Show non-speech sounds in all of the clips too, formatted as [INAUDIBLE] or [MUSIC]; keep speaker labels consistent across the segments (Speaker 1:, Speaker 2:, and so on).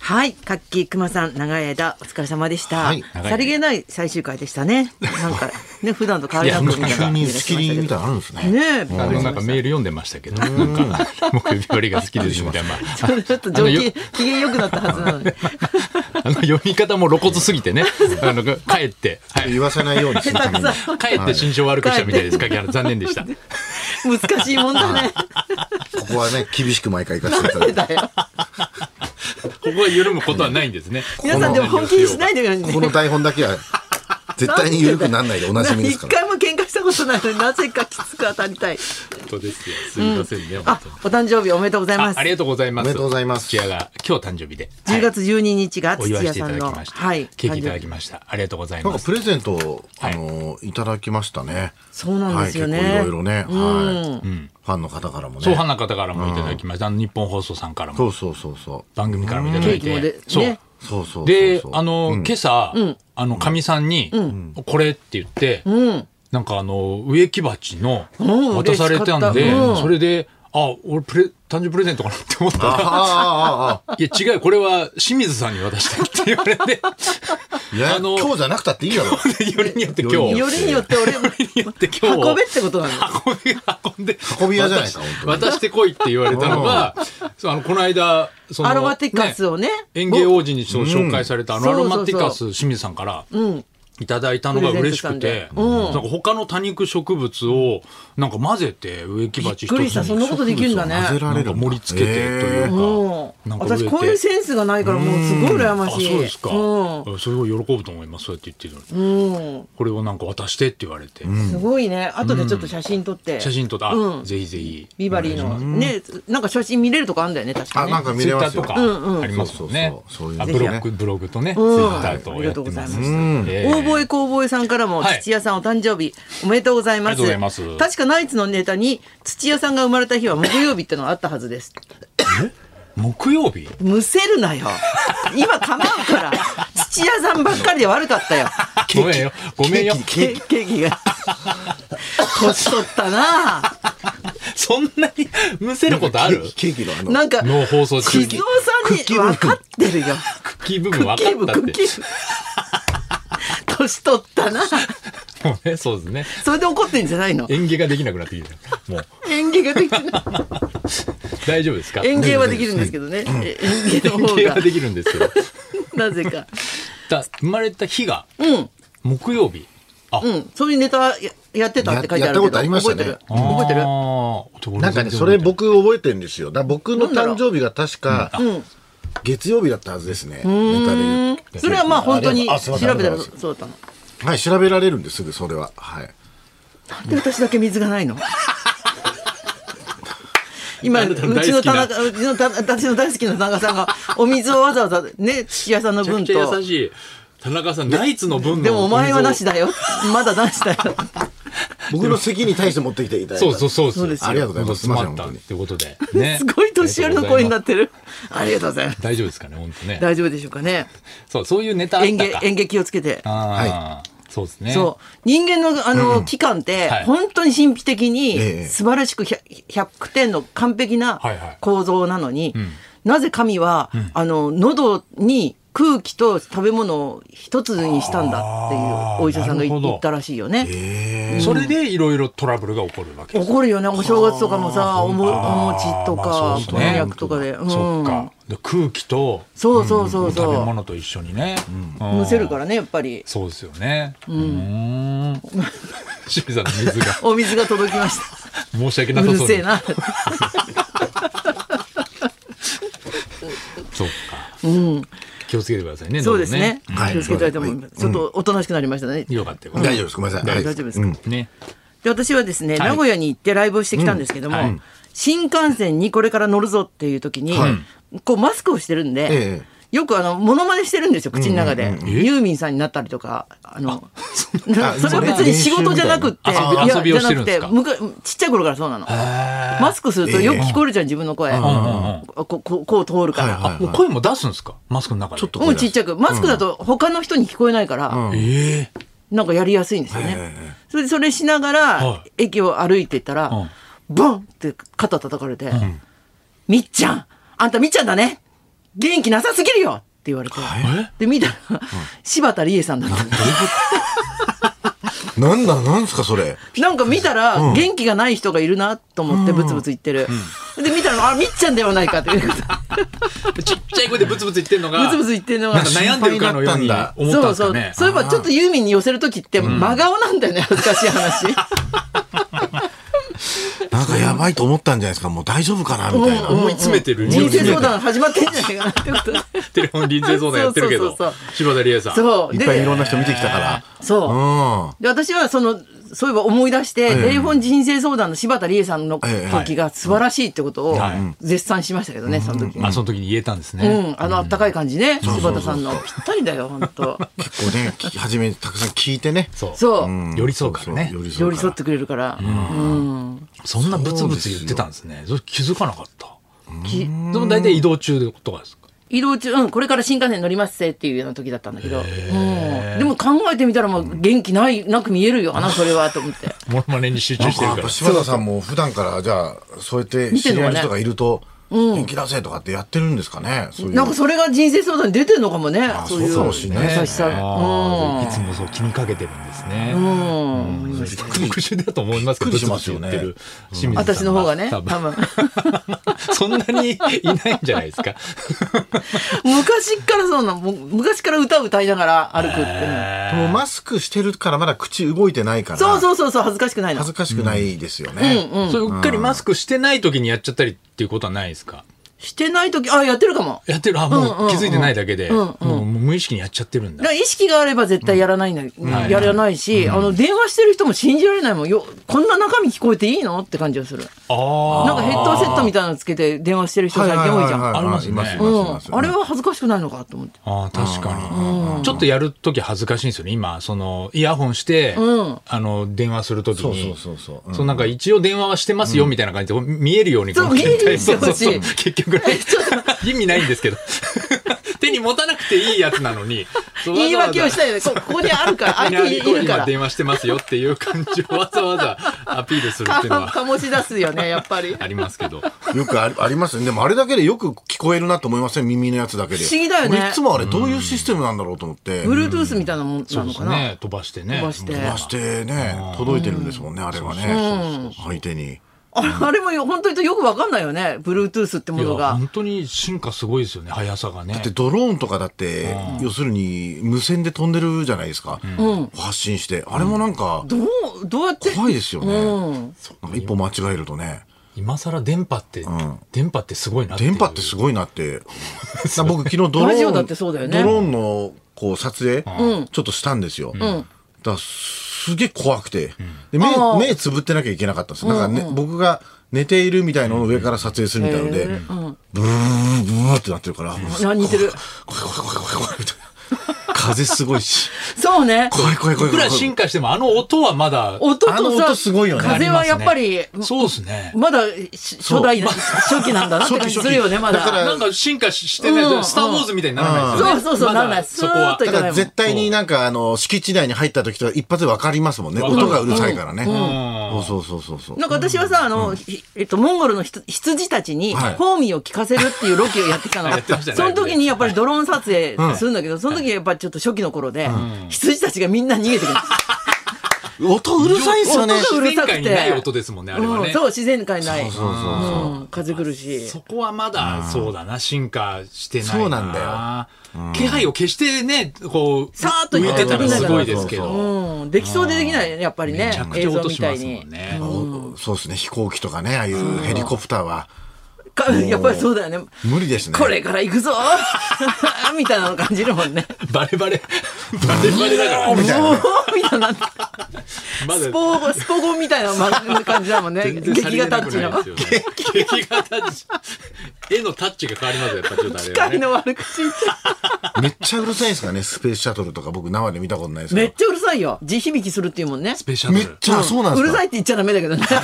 Speaker 1: はい、カッキークマさん長い間お疲れ様でした。
Speaker 2: はい
Speaker 3: 長い
Speaker 1: さりげない最終回でしたね。なんかね普段と変わりなくみたい
Speaker 2: 急
Speaker 1: な
Speaker 2: に仕切りみたいなのあるんですね。
Speaker 1: ねえ、
Speaker 3: あのなんかメール読んでましたけど、なんか、木曜日が好きですみたいな。
Speaker 1: ちょっと
Speaker 3: あの
Speaker 1: 上
Speaker 3: よ
Speaker 1: 機機嫌良くなったはずなのに。
Speaker 3: あの読み方も露骨すぎてね、あの、帰って、はい
Speaker 2: 言わせないようにするために。
Speaker 3: 帰って心象悪くしたみたいですか、ギャラ残念でした。
Speaker 1: 難しいもんだ
Speaker 2: [LAUGHS]
Speaker 1: ね。
Speaker 2: ここはね、厳しく毎回行かせていただいて。
Speaker 1: だよ
Speaker 3: ここは緩むことはないんですね。
Speaker 1: 皆さんでも本気にしないでください
Speaker 2: ここの
Speaker 1: ね。
Speaker 2: 台本だけは、絶対に緩くならないでおなじみです
Speaker 1: 一
Speaker 2: から。
Speaker 1: 回も喧嘩したことないのになぜかきつく当たりたい。
Speaker 3: 本当ですよ。すみませんね、本
Speaker 1: あ
Speaker 3: 当に、
Speaker 1: お誕生日おめでとうございま
Speaker 3: あ
Speaker 1: す。
Speaker 3: ありがとうございま
Speaker 2: お
Speaker 3: す。
Speaker 2: めでとうございます
Speaker 3: 土屋が今日誕生日で。
Speaker 1: 10月12日が
Speaker 3: お
Speaker 1: 土
Speaker 3: 祝い
Speaker 1: 屋
Speaker 3: してい
Speaker 1: さ
Speaker 3: た
Speaker 1: ん
Speaker 3: だき
Speaker 1: の、
Speaker 3: ました。ケーキいただきました。ありがとうござい
Speaker 2: なん
Speaker 3: ま
Speaker 2: か
Speaker 3: す。
Speaker 2: プレゼントを、
Speaker 3: は
Speaker 2: あ
Speaker 3: い
Speaker 2: の、いただきましたね。
Speaker 1: そうなんですよね
Speaker 2: はい、結構いろいろね。はい。うんファンの方からもね。
Speaker 3: そう、花方からもいただきました。あの日本放送さんから
Speaker 2: そ
Speaker 3: も、
Speaker 2: うそうそうそ
Speaker 3: 番組からもいただ
Speaker 1: ケー
Speaker 3: い
Speaker 1: キも
Speaker 3: て
Speaker 1: で。
Speaker 3: そう
Speaker 1: ね。。
Speaker 2: う。そうそうそうそう。
Speaker 3: で、あ、の、今朝、あの、かみさんに、これって言って、なんかあの、植木鉢の、
Speaker 1: ん
Speaker 3: 渡されたん
Speaker 1: 嬉し
Speaker 3: で、
Speaker 1: かったうん
Speaker 3: それで、あ、俺プレ、誕生日プレゼントかなって思った
Speaker 2: ああ
Speaker 3: ら、
Speaker 2: ああああ
Speaker 3: いや違うよ、これは清水さんに渡したって言われて、 [LAUGHS]
Speaker 2: いや、
Speaker 3: あの
Speaker 2: 今日じゃなくたっていいだ
Speaker 3: [LAUGHS]
Speaker 2: ろ。
Speaker 3: よりによって今日、
Speaker 1: よりによって俺も
Speaker 3: よって今日、
Speaker 1: 運べってことなの。
Speaker 3: 運び運んで、
Speaker 2: 運び屋じゃないか、本当に。
Speaker 3: 渡してこいって言われたのが、そうあの、この間、その、
Speaker 1: アロマティカスをね。
Speaker 3: 園芸王子にそう紹介されたあの
Speaker 1: そ
Speaker 3: ア
Speaker 1: うそう
Speaker 3: ロ
Speaker 1: そう
Speaker 3: マティカス清水さんからいただいたのが嬉しくて、
Speaker 1: プレゼントさんでうん
Speaker 3: なんか他の多肉植物をなんか混ぜて植木鉢一つ
Speaker 1: びっくりしたそんなことできるんだね
Speaker 2: 植物を混ぜら
Speaker 3: な
Speaker 2: れ
Speaker 3: ん
Speaker 2: る
Speaker 3: か
Speaker 2: んだ
Speaker 3: 盛り付けてと
Speaker 2: へー
Speaker 1: うん
Speaker 3: いうか、なんか植
Speaker 1: 私
Speaker 3: えて
Speaker 1: こういうセンスがないからもうすごい羨ま
Speaker 3: あ、そう
Speaker 1: しい。
Speaker 3: ですか。
Speaker 1: う
Speaker 3: それを喜ぶと思います。そうやって言ってるのに。
Speaker 1: ん。うん
Speaker 3: これをなんか渡してって言われて、
Speaker 1: すごいね。後でちょっと写真撮って。
Speaker 3: 写真撮った。
Speaker 1: う
Speaker 3: あ
Speaker 1: ん
Speaker 3: ぜひぜひ。
Speaker 1: ビバリーのね、なんか写真見れるとかあるんだよね確か
Speaker 2: あ、
Speaker 1: ね。
Speaker 2: なんか見
Speaker 3: ツイ
Speaker 2: れ
Speaker 3: ッ
Speaker 2: ま
Speaker 3: ター
Speaker 2: すよ
Speaker 3: と。か
Speaker 1: うんうん
Speaker 3: ありますよね
Speaker 2: そうそうそうそういう。の
Speaker 3: あ
Speaker 2: ね
Speaker 3: ブログブログとね、ツイ
Speaker 1: ん
Speaker 3: ッターと
Speaker 1: あり
Speaker 3: や
Speaker 1: が
Speaker 3: っ
Speaker 1: と
Speaker 3: て
Speaker 1: うござい
Speaker 3: ま
Speaker 1: ますす。
Speaker 3: ええ
Speaker 1: 大声工房さんからも
Speaker 3: はい
Speaker 1: 土屋さんお誕生日おめでとうございま。
Speaker 3: ありがとうございますす
Speaker 1: 確かナイツのネタに土屋さんが生まれた日は木曜日ってのがあったはずです。
Speaker 3: 木曜日
Speaker 1: むせるなよ。今構うから。土屋さんばっかりで悪かったよ。
Speaker 3: ごめんよ。ごめんよ。
Speaker 1: ケーケーキが。年取ったなあ
Speaker 3: そんなにむせることある
Speaker 2: ケーキのあの、
Speaker 1: なんか、
Speaker 3: 脳放送中
Speaker 1: 静
Speaker 3: に
Speaker 1: 雄さんに分かってるよ。
Speaker 3: クッキー部分分
Speaker 1: キー
Speaker 3: か
Speaker 1: 部、
Speaker 3: った
Speaker 1: ク
Speaker 3: っ
Speaker 1: ッ
Speaker 3: て
Speaker 1: キ。ー部。年取ったな。
Speaker 3: もうね、そうですね。
Speaker 1: それで怒ってんじゃないの
Speaker 3: 演芸ができなくなってきてる。もう、
Speaker 1: 演芸ができる。
Speaker 3: 大丈夫ですか
Speaker 1: 演芸はできるんですけどね。え演芸の
Speaker 3: 演
Speaker 1: 方
Speaker 3: 芸は
Speaker 1: が。
Speaker 3: できるんですけど。
Speaker 1: なぜか。
Speaker 3: だ生まれた日が、木曜日。あ、
Speaker 1: うん。そういうネタややってたって書いてあるけど。
Speaker 2: ややったことありましたね
Speaker 1: 覚えてる。覚えてる
Speaker 3: る
Speaker 2: なんかね、それ。僕覚えてるんですよ。だ僕の誕生日が確か、月曜日だったはずですね。ネタで言う
Speaker 1: それはまあ本当に
Speaker 2: あす
Speaker 1: 調
Speaker 2: いません
Speaker 1: べたら
Speaker 2: ありがとうございます
Speaker 1: そうだったの。
Speaker 2: はい、調べられるんです、すぐそれは。
Speaker 1: [LAUGHS]
Speaker 2: はい。
Speaker 1: なんで私だけ水がないの今、う
Speaker 3: な
Speaker 1: ち
Speaker 3: たの大好きな
Speaker 1: の田中、うちのた、私の大好きな田中さんが、お水をわざわざね、土屋さんの
Speaker 3: めちゃく
Speaker 1: 分
Speaker 3: ちゃ優
Speaker 1: と、
Speaker 3: しい。田中さん、ナイツの分の。
Speaker 1: でもお前はなしだよ。まだなしだよ。
Speaker 2: 僕の席に対して持ってきていただいた。
Speaker 3: そうそうそう
Speaker 1: そうですよ
Speaker 2: ありがとうございます。すいません、本
Speaker 3: 詰まった
Speaker 2: 当
Speaker 3: っ
Speaker 2: に。
Speaker 3: てことで。ね。
Speaker 1: すごい年寄りの声にな
Speaker 3: っ
Speaker 1: ってる。ありがとうございます。
Speaker 3: 大丈夫ですかね、本当ね。
Speaker 1: 大丈夫でしょうかね。
Speaker 3: そう、そういうネタあっ
Speaker 1: 演
Speaker 3: た
Speaker 1: 芸
Speaker 3: か、。
Speaker 1: 演劇をつけて。
Speaker 3: ああ、そうですね。
Speaker 1: そう。人間の、あの、期間って
Speaker 3: は、い
Speaker 1: 本当に神秘的に
Speaker 2: ええ、
Speaker 1: 素晴らしくひゃ100点の完璧な
Speaker 3: はいはい
Speaker 1: 構造なのに、なぜ神は、あの、喉に空気と食べ物を一つにしたんだっていう
Speaker 3: あー
Speaker 1: お医者さんがい
Speaker 3: なるほど
Speaker 1: 言ったらしいよね。
Speaker 3: それでいろいろトラブルが起こるわけです。
Speaker 1: 怒るよね。お正月とかもさ、おもお餅と
Speaker 3: ま
Speaker 1: か
Speaker 3: あ、そう
Speaker 1: こ
Speaker 3: ですね
Speaker 1: んにゃくとかで。うん
Speaker 3: そっか。で空気と
Speaker 1: そうそうそう
Speaker 3: 食べ
Speaker 1: そ
Speaker 3: 物と一緒にね。
Speaker 1: う。むせるからね、やっぱり。
Speaker 3: そうですよね。う
Speaker 1: [LAUGHS]
Speaker 3: ーん。清水さんの水が
Speaker 1: お水が届きま
Speaker 3: [LAUGHS]
Speaker 1: した。
Speaker 3: 申し訳な
Speaker 1: う
Speaker 3: さ
Speaker 1: る
Speaker 3: そう
Speaker 1: せえ
Speaker 3: で。
Speaker 1: な。
Speaker 3: そっか。気をつけてくださいね。
Speaker 1: そうですね。
Speaker 3: 喉
Speaker 2: はい
Speaker 1: 気をつけたいと思います。ちょっとおとなしくなりましたね。
Speaker 3: ねよかったよ。
Speaker 2: 大丈夫です。ごめんなさい。
Speaker 1: 大丈夫ですか
Speaker 2: うん
Speaker 3: ね。
Speaker 1: で私はですね、
Speaker 3: はい
Speaker 1: 名古屋に行ってライブをしてきたんですけども、
Speaker 3: うんはい
Speaker 1: 新幹線にこれから乗るぞっていう時に、こうマスクをしてるんで、
Speaker 2: え
Speaker 1: よくあのモノマネしてるんですよ口の中で、
Speaker 3: え
Speaker 1: ユーミンさんになったりとかあのな
Speaker 2: あ
Speaker 1: それは別に仕事じゃなくって
Speaker 3: そういう練習
Speaker 1: じゃ
Speaker 3: みたいな遊び遊びをしてる
Speaker 1: なんく
Speaker 3: です
Speaker 1: て
Speaker 3: か
Speaker 1: むかちっちゃい頃からそうなのマスクするとよく聞こえるじゃん自分の声、こここうこう通るから、
Speaker 2: はいはい
Speaker 3: もう声も出すんですかマスクの中で。ちょっ
Speaker 2: と
Speaker 1: もうちっちゃくマスクだと他の人に聞こえないから、
Speaker 3: ええ。
Speaker 1: なんかやりやすいんですよね。それでそれしなが
Speaker 3: は
Speaker 1: ら駅を歩いてたら、
Speaker 3: うん
Speaker 1: ボンって肩叩かれて、みっちゃんあんたみっちゃんだね元気なさすぎるよって言われて、
Speaker 3: え
Speaker 1: で見たら、柴田理恵さんだった。
Speaker 2: なんだ、なんすか、それ。
Speaker 1: なんか見たら元気がない人がいるなと思ってブツブツ言ってる。で見たらあみっちゃんではないかっていうブ
Speaker 3: ちっちゃい声でブツブツ言ってんのが、
Speaker 1: ツブツ言ってるの
Speaker 3: な
Speaker 1: が
Speaker 3: んか。悩んでるかのように思った
Speaker 1: そう
Speaker 3: んです
Speaker 1: そ
Speaker 3: か
Speaker 1: う
Speaker 3: ね。
Speaker 1: そういえばちょっとユーミンに寄せる時って真顔なんだよね [LAUGHS] 恥ずかしい話
Speaker 2: なんかやばいと思ったんじゃないですか、もう大丈夫かな、みたいな。
Speaker 3: 思い詰めてる。
Speaker 1: 人生相談始まってんじゃないかなってことで
Speaker 3: テレフォン人生相談やってるけど
Speaker 1: そうそうそう、
Speaker 3: 柴田理恵さん。
Speaker 1: そう
Speaker 2: いっぱいいろんな人見てきたから。
Speaker 1: そう、
Speaker 2: うん。
Speaker 1: で私はそのそういえば思い出して、テレフォン人生相談の柴田理恵さんの時が素晴らしいってことを
Speaker 3: はい
Speaker 1: 絶賛しましたけどね、その時、
Speaker 3: あ、その時に言えたんです
Speaker 1: う
Speaker 3: ね。
Speaker 1: ん、あのあったかい感じね、柴田さんのぴったりだよ本当
Speaker 2: 結構ね、き初めにたくさん聞いてね。
Speaker 3: そう。
Speaker 1: そう、
Speaker 2: ん
Speaker 3: 寄り添うからね
Speaker 2: そうそう
Speaker 1: 寄
Speaker 2: 寄
Speaker 1: り
Speaker 2: り添
Speaker 1: 添
Speaker 2: う
Speaker 1: っ
Speaker 2: か
Speaker 1: てくれるから、
Speaker 3: そんなブツブツ言ってたんですね。それ気づかなかった。きでも大体移動中とかですか。
Speaker 1: 移動中、うん、これから新幹線乗りますぜっていうような時だったんだけど、うん、でも考えてみたらもう元気ないなく見えるよなそれはと思って
Speaker 3: モノマネに集中
Speaker 2: ら。
Speaker 3: してる
Speaker 2: なんかやっぱ
Speaker 3: から。
Speaker 2: 柴田さんも普段からじゃあそうやって知り合いの人がいると元気出せとかってやってるんですかねそういう
Speaker 1: なんかそれが人生相談に出てるのかもねそういう
Speaker 2: そうかもしれない
Speaker 1: 優しさ、
Speaker 3: あーいつもそう気にかけてるんですね。うん特殊だと思いますけど、
Speaker 2: びっくりしますよね
Speaker 3: ブツブツ言ってる清水さん
Speaker 1: 私の方がね
Speaker 3: 多分
Speaker 1: 多分
Speaker 3: [LAUGHS] そんなにいないんじゃないですか。
Speaker 1: 昔っからそうなのもう昔から歌を歌いながら歩くっていうの、
Speaker 2: でもマスクしてるからまだ口動いてないから
Speaker 1: そうそうそうそう恥ずかしくないの
Speaker 2: 恥ずかしくないですよね
Speaker 3: そううっかりマスクしてない時にやっちゃったりっていうことはないですか
Speaker 1: してない時あやってるかも
Speaker 3: やってるあもう気づいてないだけで、もうもう無意識にやっちゃってるん
Speaker 1: だ
Speaker 3: だ
Speaker 1: から意識があれば絶対やらないんだ、
Speaker 3: ん
Speaker 1: やらないし、あの電話してる人も信じられないもんよこんな中身聞こえていいのって感じがする
Speaker 3: あ
Speaker 1: なんかヘッドセットみたいなのつけて電話してる人最近多いじゃん、
Speaker 3: ありますね
Speaker 2: いますい
Speaker 1: うん
Speaker 2: ますいます
Speaker 1: あれは恥ずかしくないのかと思って
Speaker 3: あー確かにちょっとやる時恥ずかしいんですよね今そのイヤホンして、あの電話する時に
Speaker 2: そうそうそうそううん
Speaker 3: そうなんか一応電話はしてますよみたいな感じで見えるように
Speaker 1: そう
Speaker 3: こ携帯
Speaker 1: 見えるようにして
Speaker 3: そう
Speaker 1: ほしい
Speaker 3: そうそう結局ね
Speaker 1: [LAUGHS]
Speaker 3: 意味ないんですけど手に持たなくていいやつなのに
Speaker 1: 言い訳をした
Speaker 3: い
Speaker 2: [LAUGHS]
Speaker 1: いよねこここにあるから相手いるか
Speaker 3: 今
Speaker 1: ら
Speaker 3: 電話し
Speaker 1: [LAUGHS]
Speaker 3: てますよっていう感じをわざわざアピールするっていうのは
Speaker 1: 醸し出すよねやっぱり不
Speaker 3: ありますけど。
Speaker 2: よくあり [LAUGHS] ありますねでもあれだけでよく聞こえるなと思いません耳のやつだけで
Speaker 1: 不思議だよね
Speaker 2: 俺いつもあれどういうシステムなんだろうと思って飛
Speaker 1: Bluetooth みたいなもんなのかな、
Speaker 3: ね、飛ばしてね。
Speaker 1: 飛ばして
Speaker 2: ばしてね届いてるんですもんねあれはね相手に
Speaker 1: あれあれもよ本当によくわかんないよね Bluetooth っても
Speaker 3: い
Speaker 1: の
Speaker 3: や
Speaker 1: が
Speaker 3: 本当に進化すごいですよね、速さがね。
Speaker 2: でドローンとかだって、要するに無線で飛んでるじゃないですか、発信してあれもなんか
Speaker 1: どうどうやって
Speaker 2: 怖いですよね、
Speaker 1: うん
Speaker 2: なんか一歩間違えるとね
Speaker 3: 今更電波って、電波ってすごいなっていう。
Speaker 2: 電波ってすごいなって [LAUGHS] な僕昨日ドロ
Speaker 1: ラジオだ
Speaker 2: ーン、
Speaker 1: ってそうだよね
Speaker 2: ドローンのこう撮影、ちょっとしたんですよ、だからすげえ怖くてで目
Speaker 1: ああ
Speaker 2: 目つぶってなきゃいけなかったんですよだから、ね僕が寝ているみたいのを上から撮影するみたいので、ブーンブーンってなってるから、怖い
Speaker 1: あ似てる
Speaker 2: 怖い怖い怖い怖いみたいな風すごいし
Speaker 1: そうね
Speaker 2: 怖い怖い怖い怖い
Speaker 3: いくら進化しても、あの音はまだ、
Speaker 1: 音とさ
Speaker 2: あの音すごいよね
Speaker 1: 風はやっぱり
Speaker 3: そうですね。
Speaker 1: まだし初代な初期なんだなって感じするよねまだ
Speaker 2: だから
Speaker 3: なんか進化ししてね、スター・ウォーズみたいにならないですよ
Speaker 1: そ
Speaker 3: ね。
Speaker 1: うそうそう
Speaker 3: まだ
Speaker 1: ならない
Speaker 3: そこ
Speaker 1: スーッ
Speaker 3: は
Speaker 1: と。い
Speaker 2: だ
Speaker 1: か
Speaker 2: か
Speaker 1: ないも
Speaker 2: ら
Speaker 1: ん
Speaker 2: 絶対になんかあの敷地内に入った時とか一発で分かりますもんね音がうるさいからね、そうそうそうそうそう
Speaker 1: なんか私はさあの、ひえっと、モンゴルのひつ羊たちに
Speaker 2: はい
Speaker 1: ホーミーを聞かせるっていうロケをやってきたの
Speaker 3: [LAUGHS] やってましたね
Speaker 1: その時にやっぱりドローン撮影するんだけど、その時はやっぱりちょっと初期の頃で、羊たちがみんな逃げてくるんです
Speaker 2: 音うるさいですよね
Speaker 1: 音がうる
Speaker 3: 自
Speaker 1: さ
Speaker 3: 然
Speaker 1: くて
Speaker 3: 界にない音ですもんね、あれは
Speaker 1: うん
Speaker 3: ね。
Speaker 1: そう自然界ない
Speaker 2: そうそうそうそう
Speaker 1: うん風来るし
Speaker 3: そこはまだ、そうだな、進化してないな。
Speaker 2: そうなんだ
Speaker 3: よ。気配を消してね、こう、
Speaker 1: さーっと
Speaker 3: 浮いてた
Speaker 1: やって
Speaker 3: らすごい
Speaker 1: みないから
Speaker 3: ですけど。
Speaker 1: うん、できそうでできないよねやっぱりね
Speaker 3: めちゃくち
Speaker 1: 映
Speaker 3: ゃ
Speaker 1: 像
Speaker 3: 音
Speaker 1: み
Speaker 3: したま
Speaker 1: い
Speaker 3: すも
Speaker 1: に
Speaker 3: ん。ね。
Speaker 2: おそうですね飛行機とかねああいうヘリコプターは
Speaker 1: かやっぱりそうだよね。
Speaker 2: 無理ですね
Speaker 1: これから行くぞ [LAUGHS] みたいなの感じるもんね。
Speaker 3: [LAUGHS] バレバレ、バレバレだから。
Speaker 2: みたいなね
Speaker 1: おー [LAUGHS] みたいな。
Speaker 3: ま
Speaker 1: ス
Speaker 3: だ
Speaker 1: ポースポゴンみたいな感じだもんね。
Speaker 3: 全然さ
Speaker 1: 劇
Speaker 3: り
Speaker 1: 画
Speaker 3: げ
Speaker 1: タ
Speaker 3: な
Speaker 1: ッ
Speaker 3: く
Speaker 1: チ
Speaker 3: ない
Speaker 1: の
Speaker 3: です。よね。劇画タッチ。絵のタッチが変わりますよ、やっぱちょっとあれ
Speaker 1: 機
Speaker 3: は
Speaker 1: 械
Speaker 3: ね。
Speaker 1: の悪口言って。
Speaker 2: めっちゃうるさいですからねスペースシャトルとか僕生で見たことないです
Speaker 1: め
Speaker 2: け
Speaker 1: っちゃうるさいよ。地響きするっていうもんね。
Speaker 3: スペシャ
Speaker 2: どめっ
Speaker 3: ル。
Speaker 2: ちゃあそうなん
Speaker 1: う
Speaker 2: です
Speaker 1: る
Speaker 2: か
Speaker 1: さいって言っちゃダメだけどね。 [LAUGHS]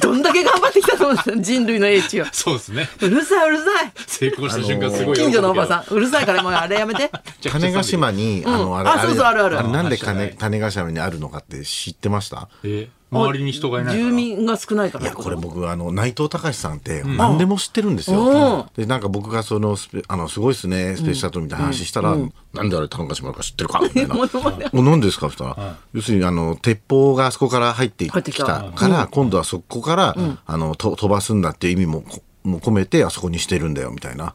Speaker 1: どんだけ頑張ってきたと思ってた人類の英知を。
Speaker 3: そうですね。
Speaker 1: うるさい、うるさい。
Speaker 3: 成功した瞬間すごい喜ぶけど。
Speaker 1: 近所のおばさん、うるさいからもうあれやめて。
Speaker 2: 種子島に、あの、あれ、
Speaker 1: あそうそうあるある
Speaker 2: れなんで種、種子島にあるのかって知ってました
Speaker 3: え周りに人がいないから。
Speaker 1: 住民が少ないから。
Speaker 2: いやこれ
Speaker 1: も。
Speaker 2: 僕あの内藤隆さんって何でも知ってるんですよ、
Speaker 1: うん
Speaker 2: でなんか僕がそのスペあのすごいっすねスペースシャトルみたいな話したら、なんであれ種子島だか知ってるかみたいな
Speaker 1: [LAUGHS] ものまね
Speaker 2: お何ですか?」って言ったら、要するにあの鉄砲があそこから入ってき
Speaker 1: 入ったてきた
Speaker 2: から、今度はそこから、あのと飛ばすんだっていう意味もこも込めてあそこにしてるんだよみたいな。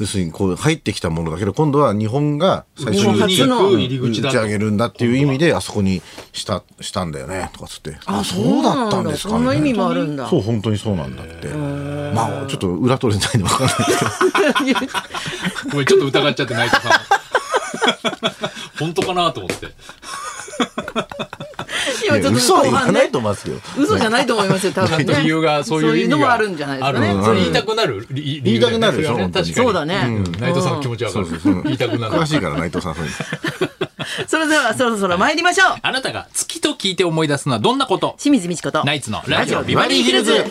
Speaker 2: 要するにこう入ってきたものだけど今度は日本が最初
Speaker 3: 日
Speaker 2: に
Speaker 3: 本
Speaker 2: 打
Speaker 3: に行く入り
Speaker 2: ち
Speaker 3: 口だと
Speaker 2: 上げるんだっていう意味であそこにしたしたんだよねとかつってあそうだったんですか
Speaker 1: そん
Speaker 2: み
Speaker 1: な
Speaker 2: たい
Speaker 1: 意
Speaker 2: な
Speaker 1: 味もあるんだ。
Speaker 2: そう本当にそうなんだってまあちょっと裏取れないんで分かんないで
Speaker 1: [LAUGHS]
Speaker 2: すけど
Speaker 3: ごめん、ちょっと疑っちゃって、内藤さん。本当かなと思って。
Speaker 1: 今ちょっと
Speaker 2: 嘘は
Speaker 1: 後
Speaker 2: 言わ
Speaker 1: 半
Speaker 2: ない
Speaker 1: ね
Speaker 2: と。思いますよ
Speaker 1: 嘘じゃないと思いますよ、多分ね。
Speaker 3: [LAUGHS] 理由がそういう意味が
Speaker 1: のもあるんじゃないですかね
Speaker 3: ある
Speaker 1: そう
Speaker 3: 言
Speaker 1: い。
Speaker 3: いうたくなる理
Speaker 2: 言いたくなるでしょ
Speaker 3: 理由だよね確かに
Speaker 1: そうだね
Speaker 3: ん内藤さんの気持ちわかる言いたくな
Speaker 2: 詳
Speaker 3: る
Speaker 2: しいから内藤さんそういうの
Speaker 1: それではそろそろ参りましょう。
Speaker 3: あなたが月と聞いて思い出すのはどんなこと
Speaker 1: 清水美智子と。
Speaker 3: ナイツのラジオビバリーヒルズ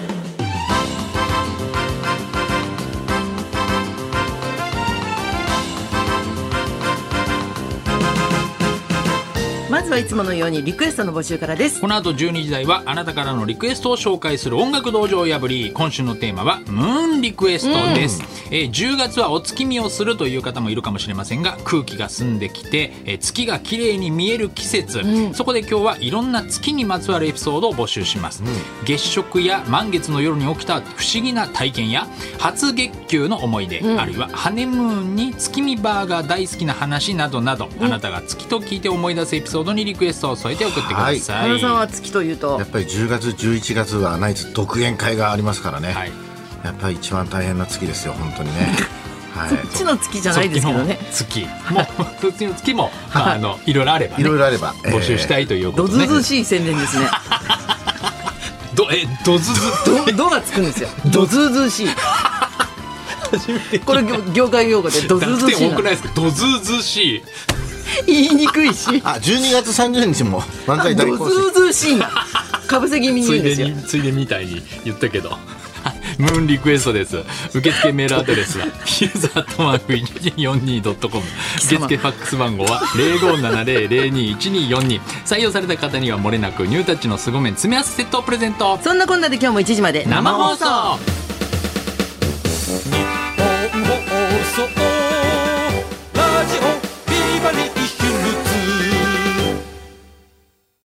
Speaker 1: まずはいつものようにリクエストの募集からです
Speaker 3: こ。の後12時台はあなたからのリクエストを紹介する音楽道場を破り今週のテーマはムーンリクエストです、えー10月はお月見をするという方もいるかもしれませんが空気が澄んできて、えー月が綺麗に見える季節、そこで今日はいろんな月にまつわるエピソードを募集します、月食や満月の夜に起きた不思議な体験や初月給の思い出、あるいはハネムーンに月見バーが大好きな話などなど、あなたが月と聞いて思い出すエピソードにリクエストを添えて送ってくださ
Speaker 1: 花
Speaker 3: い、
Speaker 1: 野さんは月というと
Speaker 2: やっ。ぱり10月11月はナイツ独演会がありますからね、
Speaker 3: はい
Speaker 2: やっぱり一番大変な月ですよ本当
Speaker 1: [LAUGHS]
Speaker 2: にねはい
Speaker 1: そっちの月じゃないですけどね。
Speaker 3: そっちの月もう [LAUGHS] そっちの月も、まあ、あのいろいろあれば、ね、
Speaker 2: いろいろあれば、
Speaker 3: 募集した
Speaker 2: い、
Speaker 3: いというこ
Speaker 1: ど
Speaker 3: と
Speaker 1: ず
Speaker 3: で、ね
Speaker 1: うずうしい宣伝ですね。
Speaker 3: どえどずず
Speaker 1: ど、どがつくんですよ。どずうずうしい。これ業業界用語でどずうずう
Speaker 3: 濁
Speaker 1: しい
Speaker 3: 点
Speaker 1: な
Speaker 3: 多くないですかどずうずうしい
Speaker 1: 言いにくいし。
Speaker 2: あ12月30日も漫才大
Speaker 1: ど
Speaker 2: 行
Speaker 1: ずう
Speaker 2: 進
Speaker 1: ずうしいな。かぶせ気味に
Speaker 3: つ
Speaker 1: 言うん
Speaker 3: い
Speaker 1: で
Speaker 3: です
Speaker 1: よ。
Speaker 3: についでみたいに言ったけど [LAUGHS] ムーンリクエストです受付メールアドレ
Speaker 1: [LAUGHS]
Speaker 3: スはヒルズアットマーク 1242.com 受付ファックス番号は0570021242採用された方にはもれなくニュータッチの凄麺詰め合わせセットをプレゼント
Speaker 1: そんなこんなで今日も1時まで
Speaker 3: 生放送
Speaker 4: 放送ラジオビバリーヒルズ」